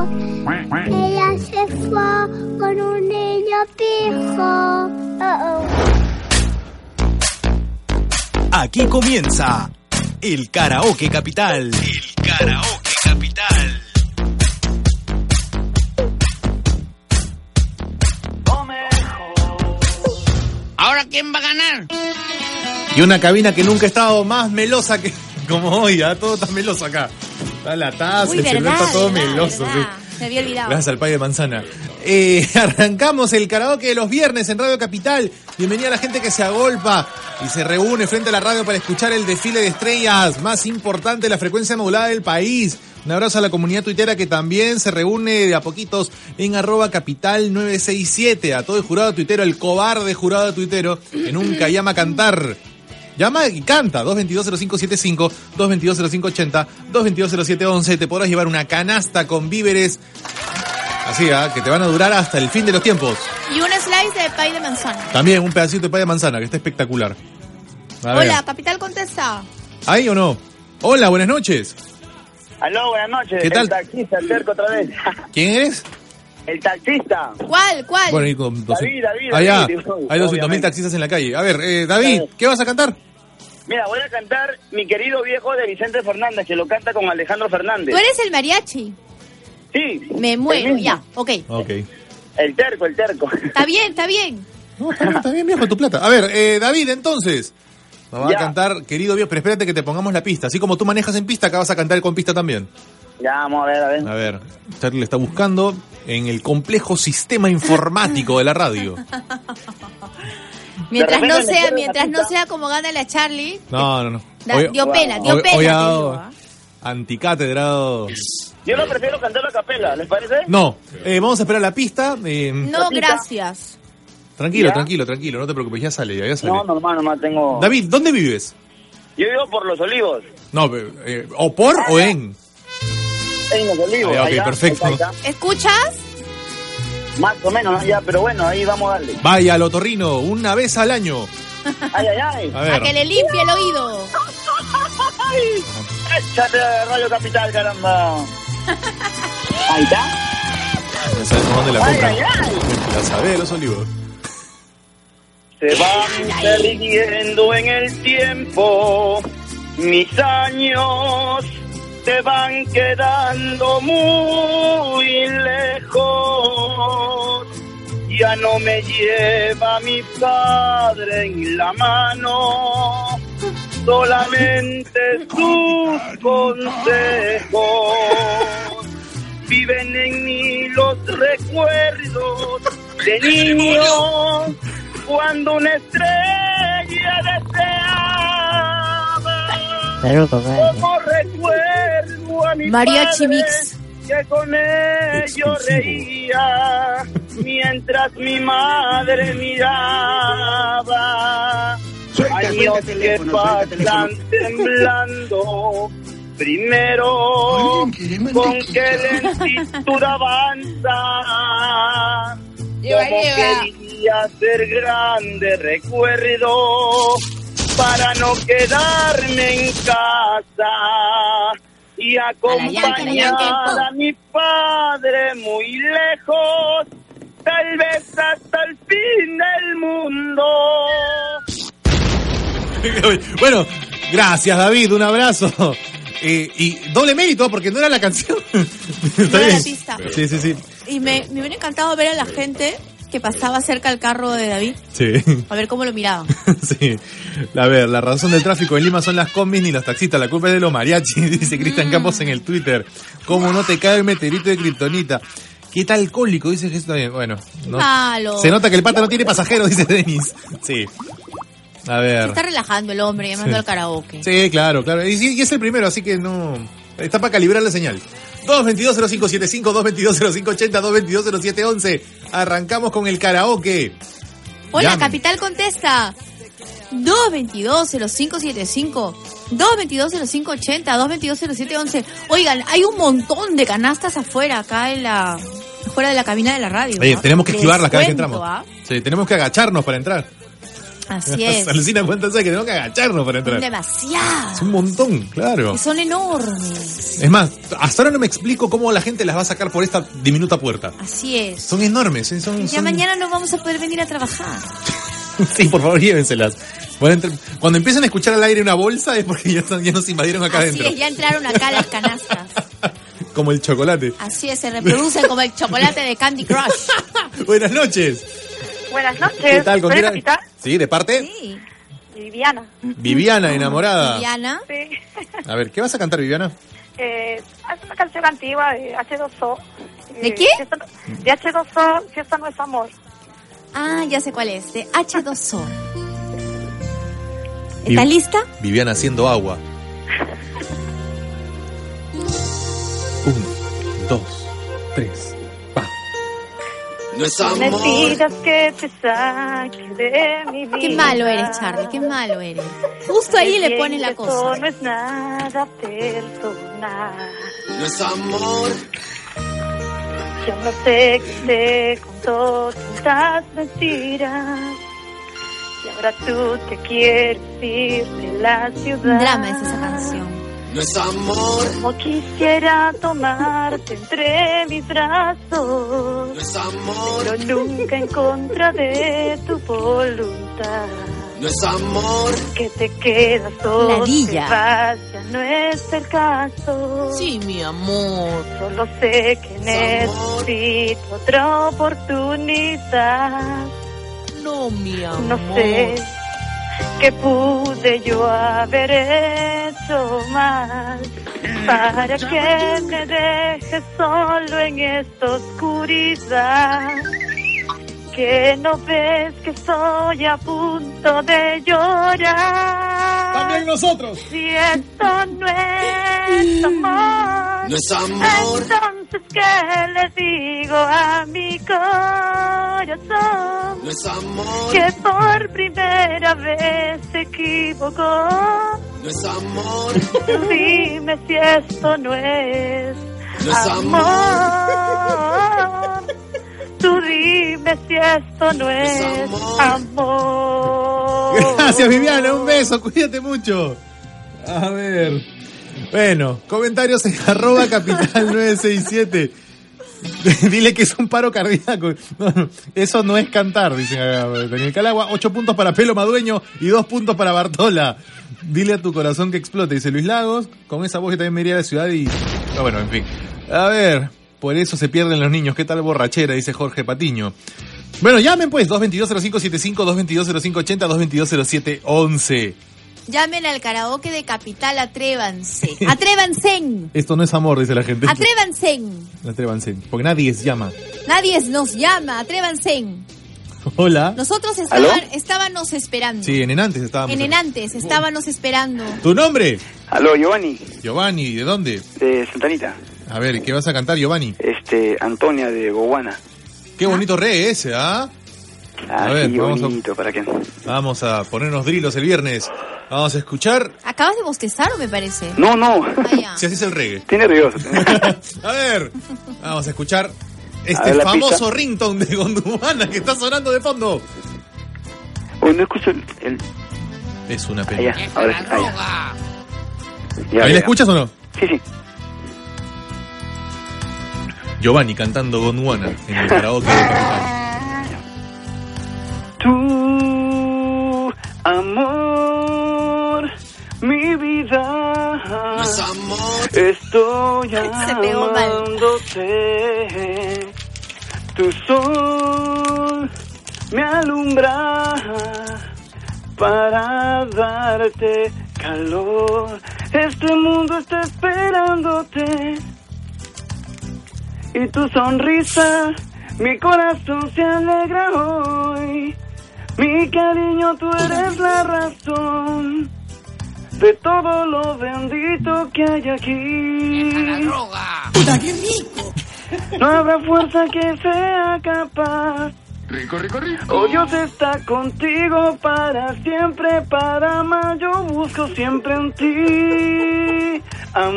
Ella se fue con un niño pijo. Oh, oh. Aquí comienza el Karaoke Capital. El Karaoke Capital. Ahora, ¿quién va a ganar? Y una cabina que nunca ha estado más melosa que como hoy, ¿ah? todo está meloso acá. Está la taza, Uy, el celular verdad, está todo verdad, meloso. verdad. sí. Me había olvidado. Gracias al pay de manzana. Eh, arrancamos el karaoke de los viernes en Radio Capital. Bienvenida a la gente que se agolpa y se reúne frente a la radio para escuchar el desfile de estrellas más importante de la frecuencia modulada del país. Un abrazo a la comunidad tuitera que también se reúne de a poquitos en arroba capital 967. A todo el jurado tuitero, el cobarde jurado tuitero que nunca llama a cantar. Llama y canta 222-0575, 222-0580, 222-0711. Te podrás llevar una canasta con víveres Así, ¿ah? que te van a durar hasta el fin de los tiempos. Y un slice de pay de manzana. También un pedacito de pay de manzana, que está espectacular. A ver. Hola, Capital contesta. ¿Ahí o no? Hola, buenas noches. Aló, buenas noches. ¿Qué tal? El taxista, cerco otra vez. ¿Quién eres? El taxista. ¿Cuál? ¿Cuál? Bueno, y con David, David, Allá, David. hay 200.000 Obviamente. taxistas en la calle. A ver, eh, David, Claro. ¿qué vas a cantar? Mira, voy a cantar mi querido viejo de Vicente Fernández, que lo canta con Alejandro Fernández. Tú eres el mariachi. Sí. Me el muero, mismo. ya. Ok. Ok. El terco, el terco. Está bien, está bien. No, está, está bien, viejo, tu plata. A ver, eh, David, entonces. Nos va Ya. a cantar, querido viejo, pero espérate que te pongamos la pista. Así como tú manejas en pista, acá vas a cantar con pista también. Ya, vamos a ver, a ver. A ver, Charlie le está buscando en el complejo sistema informático de la radio. Mientras no repente me sea, acuerdo mientras de la no pista. sea como gana la Charlie. No, no, no. da- Hoy- dio pena, dio Hoy, pena. hoy te ha digo, dado ¿ah? anticatedrado. Yo lo prefiero cantar a capela, ¿les parece? eh. No, eh, vamos a esperar la pista. eh, No, gracias. Tranquilo, Ya. tranquilo, tranquilo, no te preocupes, ya sale, ya, ya sale. No, normal, nomás tengo... David, ¿dónde vives? Yo vivo por Los Olivos. No, eh, eh, o por o en. En Los Olivos. Ah, ya, ok, ahí está, perfecto. ahí está, ahí ¿Escuchas? está. Más o menos, ¿no? ya, pero bueno, ahí vamos a darle. Vaya al otorrino, una vez al año. Ay, ay, ay. A A, que ver, le limpie el oído. Ah. Échate de Radio Capital, caramba. Ahí está. ya sabemos dónde la Ay, compran. ay, ay. La sabe de los olivos. Se van perdiendo en el tiempo, mis años se van quedando muy lejos. Ya no me lleva mi padre en la mano, solamente sus consejos. Viven en mí los recuerdos de niño cuando una estrella deseaba. Como recuerdo a mi Mariachi padre Mix. que con ello reía mientras mi madre miraba. Años que pasan temblando. Primero, con qué lentitud avanza. Lleva, Como lleva. quería ser grande recuerdo para no quedarme en casa y acompañar a mi padre muy lejos, tal vez hasta el fin del mundo. bueno, gracias David, un abrazo. Eh, y doble mérito, porque no era la canción. Está era la bien. pista. Sí, sí, sí. Y me, me hubiera encantado ver a la gente que pasaba cerca al carro de David. Sí. A ver cómo lo miraban. Sí. A ver, la razón del tráfico en Lima son las combis ni los taxistas. La culpa es de los mariachis, dice Cristian Mm. Campos en el Twitter. ¿Cómo no te cae el meteorito de kriptonita? ¿Qué tal alcohólico? Dice Jesús también. Bueno, no. Malo. Se nota que el pata no tiene pasajeros, dice Denis. Sí. A Se ver. está relajando el hombre llamando Sí. al karaoke. Sí, claro, claro. Y, sí, y es el primero, así que no. Está para calibrar la señal. 222-0575, 222-0580, 222-0711. Arrancamos con el karaoke. Hola, Llamen. Capital contesta. 222-0575, 222-0580, 222-0711. Oigan, hay un montón de canastas afuera, acá en la... Fuera de la cabina de la radio. Oye, ¿ah? tenemos que Les esquivarla cada vez que cuento, entramos. ¿ah? Sí, tenemos que agacharnos para entrar. Así es. Alucina, cuéntense que tenemos que agacharnos para Son entrar. Es demasiadas. un montón, claro. Y son enormes. Es más, hasta ahora no me explico cómo la gente las va a sacar por esta diminuta puerta. Así es. Son enormes, ¿eh? son, Ya son- mañana no vamos a poder venir a trabajar. Sí, por favor, llévenselas. Van a entrar- Cuando empiezan a escuchar al aire una bolsa es porque ya, están- ya nos invadieron acá Así adentro. es, ya entraron acá las canastas. Como el chocolate. Así es, se reproducen como el chocolate de Candy Crush. Buenas noches. Buenas noches. ¿Qué tal? ¿Con ¿Soy quién- la capitán? Sí, de parte. Sí. Viviana. Viviana, enamorada. Diana. Sí. A ver, ¿qué vas a cantar, Viviana? Eh, es una canción antigua de H2O. ¿De Eh, qué? Fiesta no- De H2O, Fiesta no es amor. Ah, ya sé cuál es. De H2O. Y- ¿Estás lista? Viviana haciendo agua. Uno, dos, tres, va. No es Me amor. pidas que te saque de mi vida. Qué malo eres, Charlie. Qué malo eres. Justo ahí le pones la Bien que cosa. Eso no es nada personal. No es amor. Yo no sé qué te contó tantas mentiras. Y ahora tú te quieres ir de la ciudad. Un drama es esa canción. No es amor. Como quisiera tomarte entre mis brazos, No es amor. pero nunca en contra de tu voluntad. No es amor. Que te quedas o te Ladilla. vas, ya no es el caso. mi amor. Solo sé que Amor. necesito otra oportunidad. No, mi No sé qué pude yo haber hecho más para que me dejes solo en esta oscuridad. Que no ves que estoy a punto de llorar. nosotros. Si esto no es amor. No es amor. Entonces, ¿qué le digo a mi corazón? No es amor. Que por primera vez se equivocó. No es amor. Dime si esto no es No es amor. amor. Tú dime si esto no es es amor. amor. Gracias, Viviana. Un beso. Cuídate mucho. A ver. Bueno, comentarios en arroba capital 967. Dile que es un paro cardíaco. No, no, eso no es cantar, dicen acá. Daniel Calagua. Ocho puntos para Pelo Madueño y dos puntos para Bartola. Dile a tu corazón que explote, dice Luis Lagos. Con esa voz yo también me iría de ciudad y... no, bueno, en fin. A ver, por eso se pierden los niños. ¿Qué tal borrachera? Dice Jorge Patiño. Bueno, llamen pues, 222-0575, 222-0580, Llamen al karaoke de Capital, atrévanse. Atrévanse. Esto no es amor, dice la gente. Atrévanse. Atrévanse, porque nadie les llama. Nadie nos llama. Atrévanse. Hola. Nosotros ¿Aló? estaban, estábamos esperando. Sí, en Enantes estábamos. En Enantes estábamos esperando. ¿Tu nombre? Aló, Giovanni, Giovanni, ¿de dónde? de Santanita. A ver, ¿qué vas a cantar, Giovanni? Este, Antonia de Goguana. Qué bonito re ese, ¿ah? A Así ver, vamos a- bonito, ¿para qué? Vamos a ponernos drilos el viernes. Vamos a escuchar Acabas de bostezar, o me parece. No, no. Ah, ya. si haces el reggae. Estoy nervioso. estoy nervioso. A ver, vamos a escuchar A este ver, la famoso pista. ringtone de Gondwana que está sonando de fondo. Hoy no escucho el... el- Es una pena. Allá, Es ahora la sí, allá. droga. Ya, ¿Ahí ya. la escuchas o no? Sí, sí. Giovanni cantando Gondwana en el karaoke de Capital. Tu amor, mi No vida. es amor. Estoy Se pegó mal. amándote. Tu sol me alumbra para darte calor. Este mundo está esperándote. Y tu sonrisa, mi corazón se alegra hoy. Mi cariño, tú eres la razón de todo lo bendito que hay aquí. droga! ¡Puta, qué rico! No habrá fuerza que sea capaz. ¡Rico, rico, rico! Oh, Dios está contigo para siempre, para más. Yo busco siempre en ti, amor.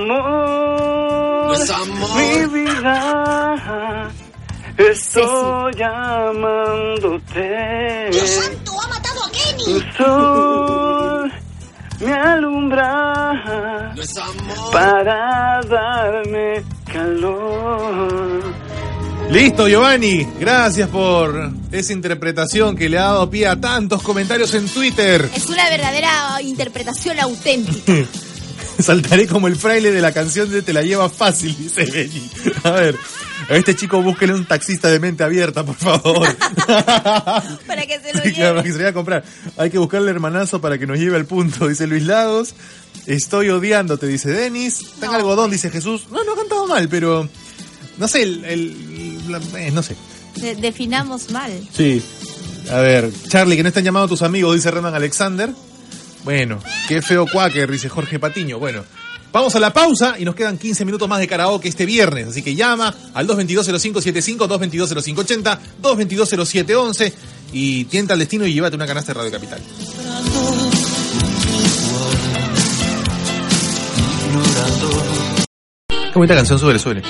No es amor. Mi vida, estoy llamándote. ¡Dios santo, ha matado a Tu Kenny! sol me alumbra ¡No es amor! para darme calor. Listo, Giovanni. Gracias por esa interpretación que le ha dado pie a tantos comentarios en Twitter. Es una verdadera interpretación auténtica. Saltaré como el fraile de la canción de Te la lleva fácil, dice Benny. A ver, a este chico búsquele un taxista de mente abierta, por favor. Para que se lo Sí, claro, para que lleve. se vaya a comprar. Hay que buscarle hermanazo para que nos lleve al punto, dice Luis Lagos. Estoy odiándote, dice Denis. Tan algodón, dice Jesús. No, no ha cantado mal, pero. No sé, el. el- la- eh, no sé. De- Definamos mal. Sí. A ver, Charlie, que no están llamando tus amigos, dice Renan Alexander. Bueno, qué feo cuáquer, dice Jorge Patiño. Bueno, vamos a la pausa y nos quedan 15 minutos más de karaoke este viernes. Así que llama al 222-0575, 222-0580, 222-0711 y tienta al destino y llévate una canasta de Radio Capital. Qué bonita canción, súbele, súbele.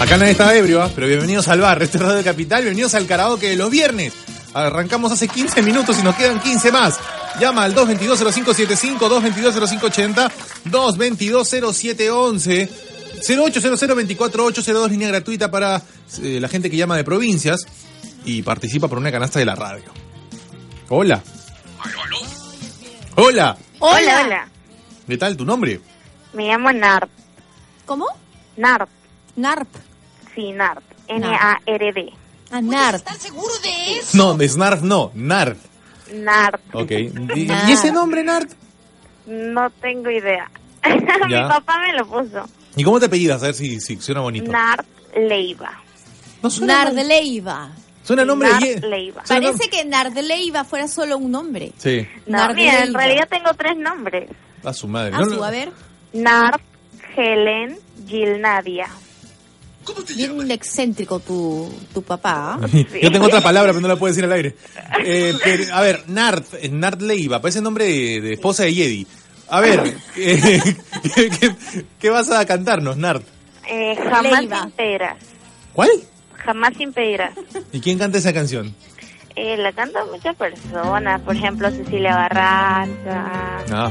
Acá nadie está ebrio, ¿ah? pero bienvenidos al bar, este es Radio Capital, bienvenidos al karaoke de los viernes. Arrancamos hace 15 minutos y nos quedan 15 más. Llama al 222-0575, 222-0580, 222-0711, 0800-24802, línea gratuita para eh, la gente que llama de provincias y participa por una canasta de la radio. Hola. Hola. Hola. ¿Qué tal tu nombre? Me llamo Narp. ¿Cómo? Narp. NARP. Sí, Narp. Narp. N-A-R-D. Ah, Puta, NARP. ¿Están seguros de eso? No, de Snarf no, Nart. Narp. Ok. ¿Y, y ese nombre, Nart? No tengo idea. Mi Ya. papá me lo puso. ¿Y cómo te apellidas? A ver si, si suena bonito. Narp Leiva. No suena, Nardeleiva. suena nombre de Nar- ye- Leiva. suena Parece que Nardeleiva fuera solo un nombre. Sí, No, mira, en Nardeleiva. realidad tengo tres nombres. a su madre. Ah, No, su, no- a ver. Narp, Helen, Gilnadia. ¿Cómo te llamas? Bien excéntrico tu, tu papá. ¿ah? Yo tengo otra palabra, pero no la puedo decir al aire. Eh, pero, a ver, Nart, Nart Leiva, parece nombre de, de esposa de Yedi. A ver, eh, ¿qué, qué, qué vas a cantarnos, Nart? Eh, jamás Leiva. impedirás. ¿Cuál? Jamás impedirás. ¿Y quién canta esa canción? Eh, la cantan muchas personas. Por ejemplo, Cecilia Barraza, Ah,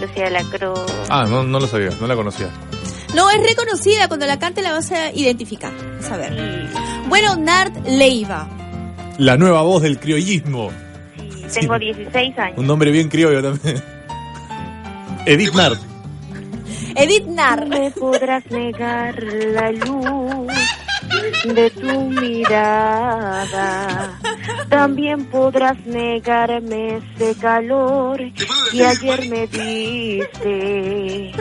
Lucía de la Cruz. ah no, no lo sabía, no la conocía. No, es reconocida. Cuando la cante la vas a identificar. Saber. Bueno, Nardeleiva. La nueva voz del criollismo. Sí, tengo 16 años. Un nombre bien criollo también. Edith Nart. Edith Nar. me podrás negar la luz de tu mirada. También podrás negarme ese calor que ayer me diste.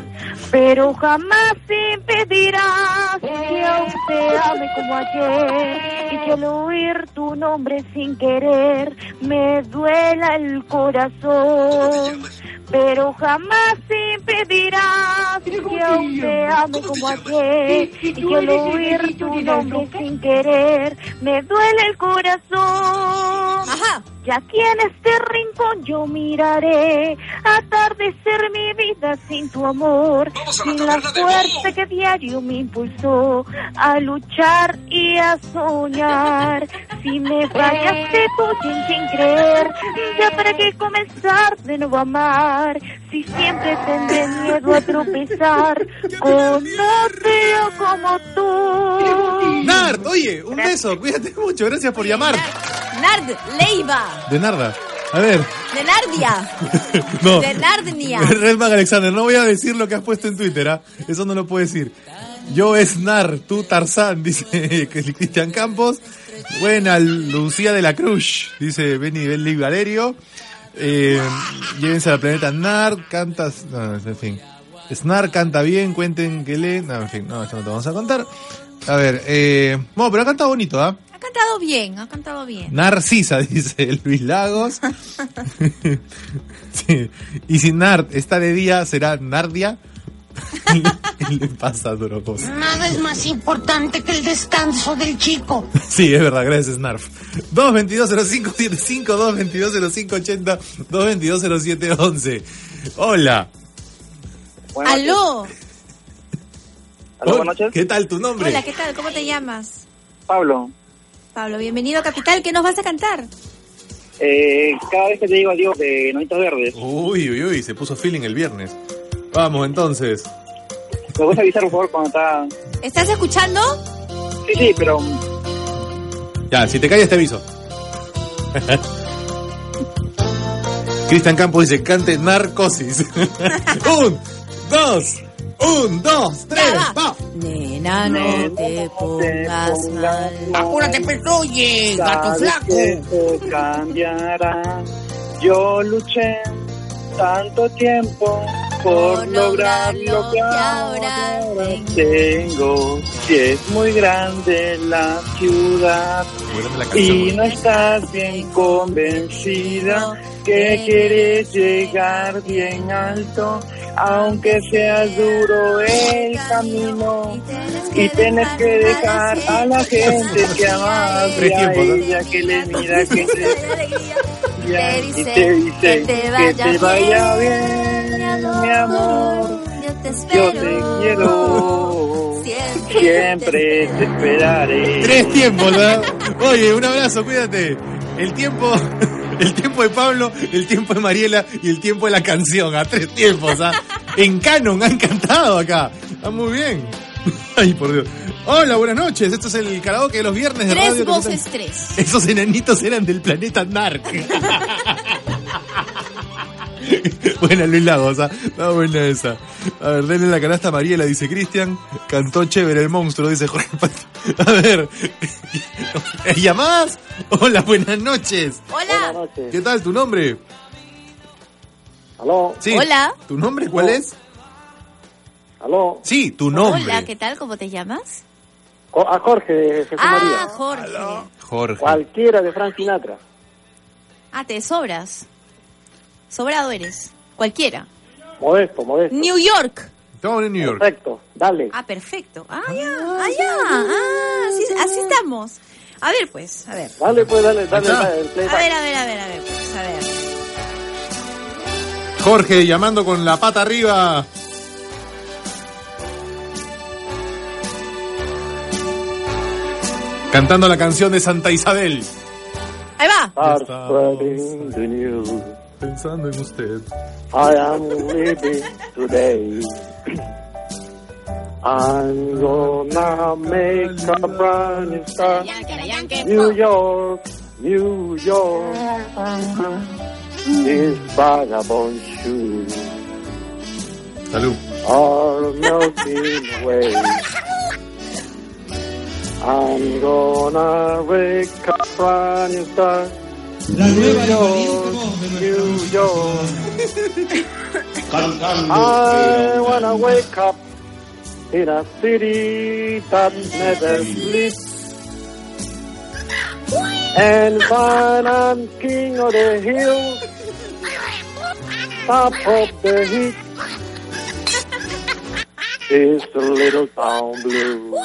Pero jamás impedirás que aún te ame como ayer y que al oír tu nombre sin querer me duela el corazón. Pero jamás impedirás que aún te ame como ayer y que al oír tu nombre sin querer me duele el corazón. Ajá. Y aquí en este rincón yo miraré atardecer mi vida sin tu amor, sin la fuerza que diario me impulsó a luchar y a soñar. Si me fallaste tú sin, sin creer, ya para qué comenzar de nuevo a amar, si siempre tendré miedo a tropezar con otro como tú. Nart, oye, un beso, cuídate mucho, gracias por llamar. Nardeleiva. De Narda. A ver, De Nardia. no. De Narnia. Redman Alexander, no voy a decir lo que has puesto en Twitter, ¿ah? Eso no lo puedo decir. Yo es Nar, tú Tarzán, dice Cristian Campos. Buena, Lucía de la Cruz, dice Benny Belli Valerio. Eh, llévense a la planeta Nar, cantas, no, no, en fin. Snar canta bien, cuenten que lee, no, en fin, no, esto no te vamos a contar. A ver, eh, bueno, pero ha cantado bonito, ¿ah? Ha cantado bien, ha cantado bien. Narcisa, dice Luis Lagos. Sí. Y si Nard está de día, será Nardia. Le pasa duro cosa. Nada es más importante que el descanso del chico. Sí, es verdad, gracias, Narf. 222-0575, 222-0580, 222-0711. Hola. Buenas noches. Aló. Aló, buenas noches. ¿Qué tal tu nombre? Hola, ¿qué tal? ¿Cómo te llamas? Pablo, Pablo, bienvenido a Capital. ¿Qué nos vas a cantar? eh, cada vez que te digo adiós de Noitos Verdes, Uy, uy, uy, se puso feeling el viernes. Vamos entonces. ¿me puedes avisar, por favor, cuando está...? ¿Estás escuchando? Sí, sí, pero... Ya, si te callas te aviso. Cristian Campos dice, cante narcosis. un, dos, un, dos, tres, Ya va. va. Nena, no te pongas mal. Apúrate, pues, oye, gato Sabes flaco. que esto cambiará. Yo luché tanto tiempo por Por lograr lo que ahora tengo. Si es muy grande la ciudad Bueno, la y canción. no estás bien convencida que quieres llegar bien alto, aunque sea duro eh. el camino. Y tienes que dejar a la gente que amas y Tres a tiempos, ¿no? ella que le mira que te Te y te dice que te vaya bien, mi amor. Yo te Yo te quiero, siempre te esperaré. Tres tiempos, ¿no? Oye, un abrazo, cuídate. El tiempo, el tiempo de Pablo, el tiempo de Mariela y el tiempo de la canción. A tres tiempos, ¿ah? En Canon han cantado acá. Ah, muy bien. Ay, por Dios. Hola, buenas noches. Esto es el karaoke de los viernes de Radio Tres Capital. voces, tres. Esos enanitos eran del planeta Narc. buena Luis Lagos, ah. está buena esa. A ver, denle la canasta a Mariela, dice Cristian. Cantó chévere el monstruo, dice Jorge Pat- A ver, ¿llamadas? Hola, buenas noches. Hola. ¿Qué tal tu nombre? Aló, Sí. Hola. ¿Tu nombre cuál es? aló, Sí, tu nombre. Hola, ¿qué tal? ¿Cómo te llamas? a Jorge de Jesús Ah, Jorge. Jorge. Cualquiera de Frank Sinatra. Ah, te sobras. Sobrado eres. Cualquiera. Modesto, modesto. New York. Estamos en New York. Perfecto, dale. Ah, perfecto. Ah, ya. Ah, ya. Ah, así, así estamos. A ver, pues. A ver. Dale, pues, dale, dale, Está. dale, el A playback. ver, a ver, a ver, a ver. Pues, a ver. Jorge llamando con la pata arriba. Cantando la canción de Santa Isabel. Ahí va. Are Está. spreading the news. Pensando en usted. I am living today. I'm gonna make a brand star. New York, New York. These vagabond shoes Salud. are melting away. I'm gonna make a brand star. New York, New York. I wanna wake up in a city that never sleeps and find I'm king of the hill, top of the heat. It's the little town blue.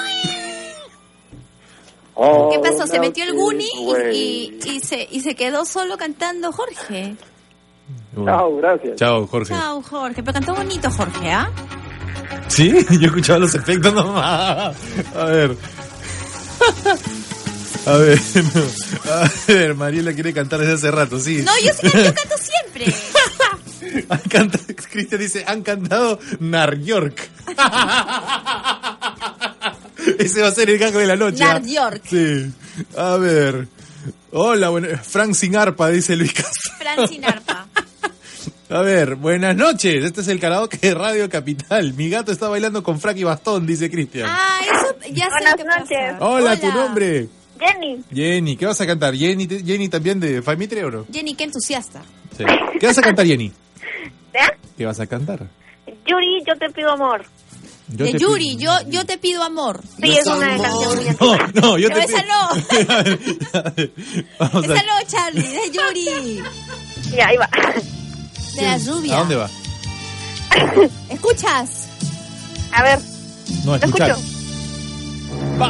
¿Qué pasó? Se metió el Guni y, y- y se, y se quedó solo cantando Jorge. Chao, Oh, gracias. Chao, Jorge. Chao, Jorge. Pero cantó bonito Jorge, ¿ah? Sí, yo escuchaba los efectos nomás. A ver. A ver, no. a ver, Mariela quiere cantar desde hace rato, sí. No, yo, sí- yo canto siempre. Han cantado- Cristian dice, han cantado Nar York. Ese va a ser el gango de la noche. ¿ah? Nar York. Sí. A ver. Hola, bueno, Frank sin arpa, dice Luis Castro. Fran sin arpa. A ver, buenas noches. Este es el karaoke de Radio Capital. Mi gato está bailando con Frank y Bastón, dice Cristian. Ah, eso ya sé Buenas lo que noches. pasa. hola, tu nombre. Jenny, Jenny, ¿qué vas a cantar? Jenny, te- Jenny también de Famitre o no? Jenny, qué entusiasta. Sí. ¿Qué vas a cantar, Jenny? ¿eh? ¿Qué vas a cantar? Yuri, yo te pido amor. Yo de te Yuri, yo, yo te pido amor. Sí, es una canción muy No, antigua. no, yo Pero te esa pido- A ver, a ver, Vamos a Esa no, Charlie, de Yuri. Ya, ahí va. De la lluvia. ¿A dónde va? ¿Escuchas? A ver, No, lo escuchar. escucho. Va.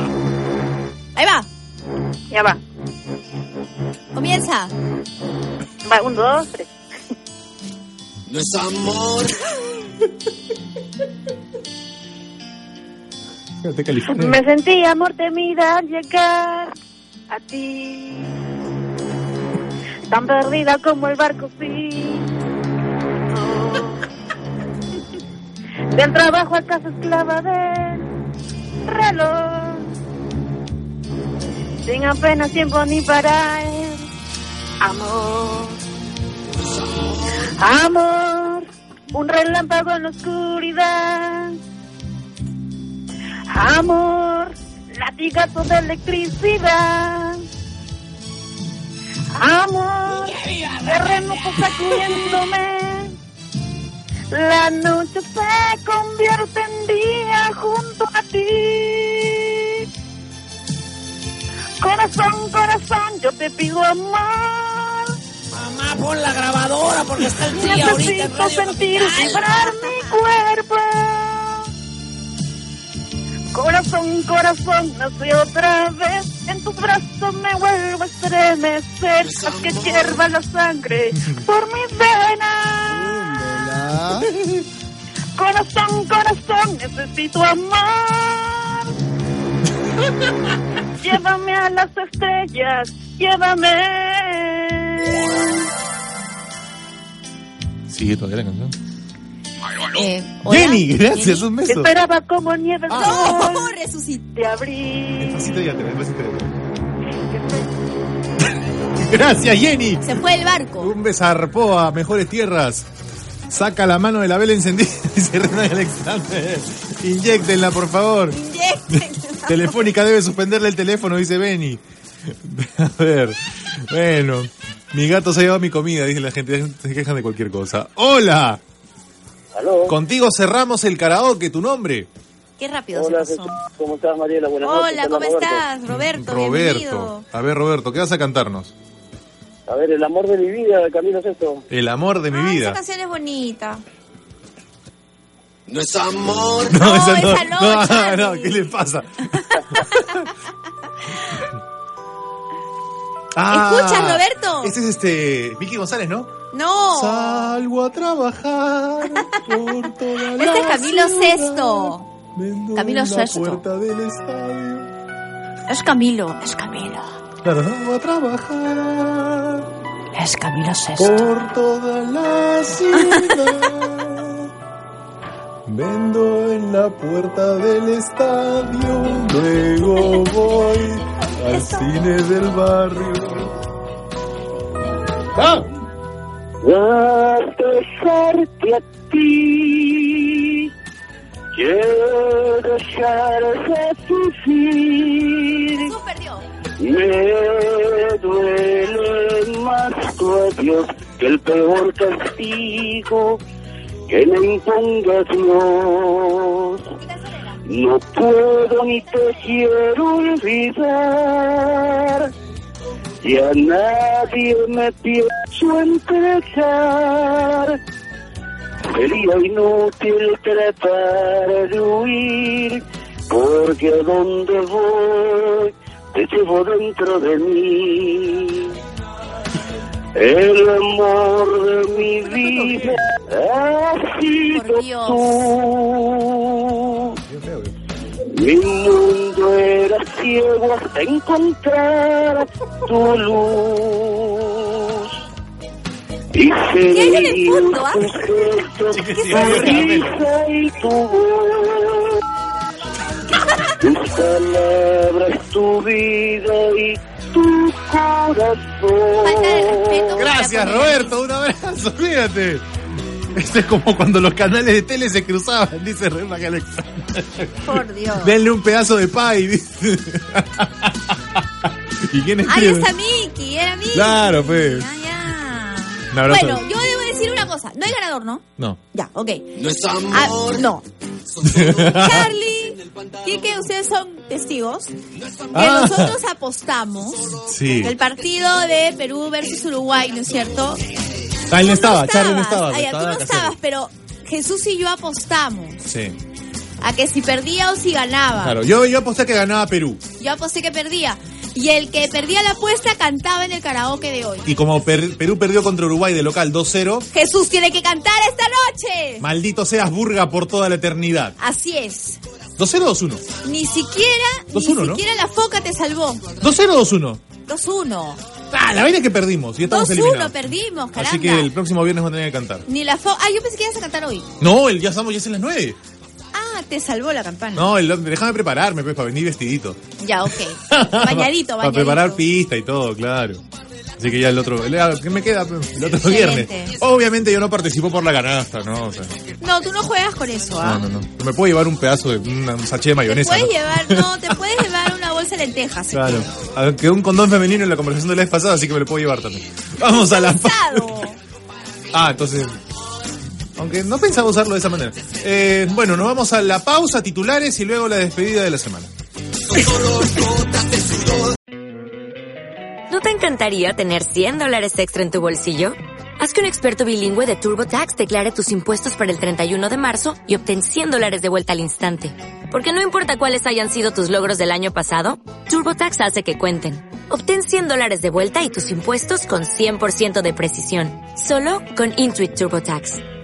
Ahí va, Ya va. comienza. Va, un, dos, tres. No es amor. De California. Me sentí amor temida al llegar a ti. Tan perdida como el barco sí. Del trabajo al casa esclava del reloj. Sin apenas tiempo ni para el amor. Amor, un relámpago en la oscuridad. Amor, latigazo de electricidad. Amor, terremoto sacudiéndome. La noche se convierte en día junto a ti. Corazón, corazón, yo te pido amor. Mamá, pon la grabadora porque está el tío ahorita en Necesito Radio sentir Capital. vibrar mi cuerpo. Corazón, corazón, nací otra vez. En tus brazos me vuelvo a estremecer. Haz que hierva la sangre por mis venas. Corazón, corazón, necesito amor. llévame a las estrellas, llévame. Sigue todavía la canción. Eh, hola. Jenny, gracias, Jenny. Ah. un Te beso. esperaba como nieve el sol No, resucita. de abril. Despacito ya te ves, despacito ya te ves. Gracias, Jenny. Se fue el barco. Un besarpó a mejores tierras. Saca la mano de la vela encendida, dice Renan Alexander. Inyéctenla, por favor. Telefónica debe suspenderle el teléfono, dice Benny. A ver, bueno. Mi gato se ha llevado mi comida, dice la gente. Se quejan de cualquier cosa. ¡Hola! Aló. Contigo cerramos el karaoke, tu nombre. Qué rápido Hola, se pasó. ¿cómo estás, Mariela? Buenas noches. Hola, Hola, ¿cómo Roberto. estás? Roberto, bienvenido. A ver, Roberto, ¿qué vas a cantarnos? A ver, el amor de mi vida, de Camilo Sesto. El amor de mi Ay, vida. Esa canción es bonita. No es amor. No, esa no, no, Charlie. no, ¿qué le pasa? ¿Escuchas, Roberto? Este es este. Vicky González, ¿no? No. Salgo a trabajar por toda la Este es Camilo ciudad. Sesto. Vendo Camilo en la Sesto. puerta del estadio. Es Camilo, es Camilo. Salgo a trabajar Es Camilo Sesto. por toda la ciudad. Vendo en la puerta del estadio. Luego voy al cine del barrio. ¡Ah! A besarte a ti, quiero dejarte sufrir. Super Dios. Me duele más tu adiós que el peor castigo que me impongas Dios. No puedo ni te quiero olvidar y a nadie me pienso entregar. Sería inútil tratar de huir, porque a donde voy te llevo dentro de mí. El amor de mi vida ha sido Por Dios. tú. Mi mundo era ciego hasta encontrar tu luz. Y hay en el seguí fondo, ah? tu gesto, Sí, sí, tu hay una risa y tu voz. Tus palabras, tu vida y tu Falta de respeto. corazón. Gracias, Hola, Roberto. Un abrazo. Cuídate. Esto es como cuando los canales de tele se cruzaban, dice Rema Alexander. Por Dios. Denle un pedazo de pie, dice. ¿Y quién Ahí escribe? está Miki, era Miki. Claro, pues. Ya, ya. Un abrazo. Bueno, yo debo decir una cosa. No hay ganador, ¿no? No. Ya, ok. No es Ah, amor. no. Charlie, Kike, ustedes son testigos que Ah. nosotros apostamos Sí. el partido de Perú versus Uruguay, ¿no es cierto? Ah, él no estaba, Estabas, Charlie no estaba. ah, ya, tú estaba no de estabas, casero. pero Jesús y yo apostamos Sí. a que si perdía o si ganaba. Claro, yo, yo aposté que ganaba Perú. Yo aposté que perdía. Y el que perdía la apuesta cantaba en el karaoke de hoy. Y como per- Perú perdió contra Uruguay de local 2-0, Jesús tiene que cantar esta noche. maldito seas Burga por toda la eternidad. Así es. 2-0 o 2-1. Ni siquiera, ni 2-1, ¿no? siquiera la foca te salvó. 2-0 o 2-1. 2-1. Ah, la vaina es que perdimos y estamos 2-1, eliminados. perdimos, caramba. Así que el próximo viernes van a tener que cantar. Ni la foca. Ah, yo pensé que ibas a cantar hoy. No, el, ya estamos, ya es en las 9. Ah, te salvó la campana. No, el, déjame prepararme, pues, para venir vestidito. Ya, ok. Bañadito, bañadito. Para preparar pista y todo, claro. Así que ya el otro, el- ¿qué me queda? pues? El otro Excelente. viernes. Obviamente yo no participo por la canasta, ¿no? O sea, No, tú no juegas con eso, ¿ah? no, no, no. Me puedo llevar un pedazo de, una- un sachet de Te mayonesa. puedes ¿no? llevar, no, te puedes llevar una bolsa de lentejas. si Claro. Ah, Quedó un condón femenino en la conversación de la vez pasada, así que me lo puedo llevar también. Vamos a la Claro. Ah, entonces. Aunque no pensaba usarlo de esa manera. Eh, bueno, nos vamos a la pausa, titulares y luego la despedida de la semana. ¿No te encantaría tener 100 dólares extra en tu bolsillo? Haz que un experto bilingüe de TurboTax declare tus impuestos para el 31 de marzo y obtén 100 dólares de vuelta al instante. Porque no importa cuáles hayan sido tus logros del año pasado, TurboTax hace que cuenten. Obtén 100 dólares de vuelta y tus impuestos con 100% de precisión, solo con Intuit TurboTax.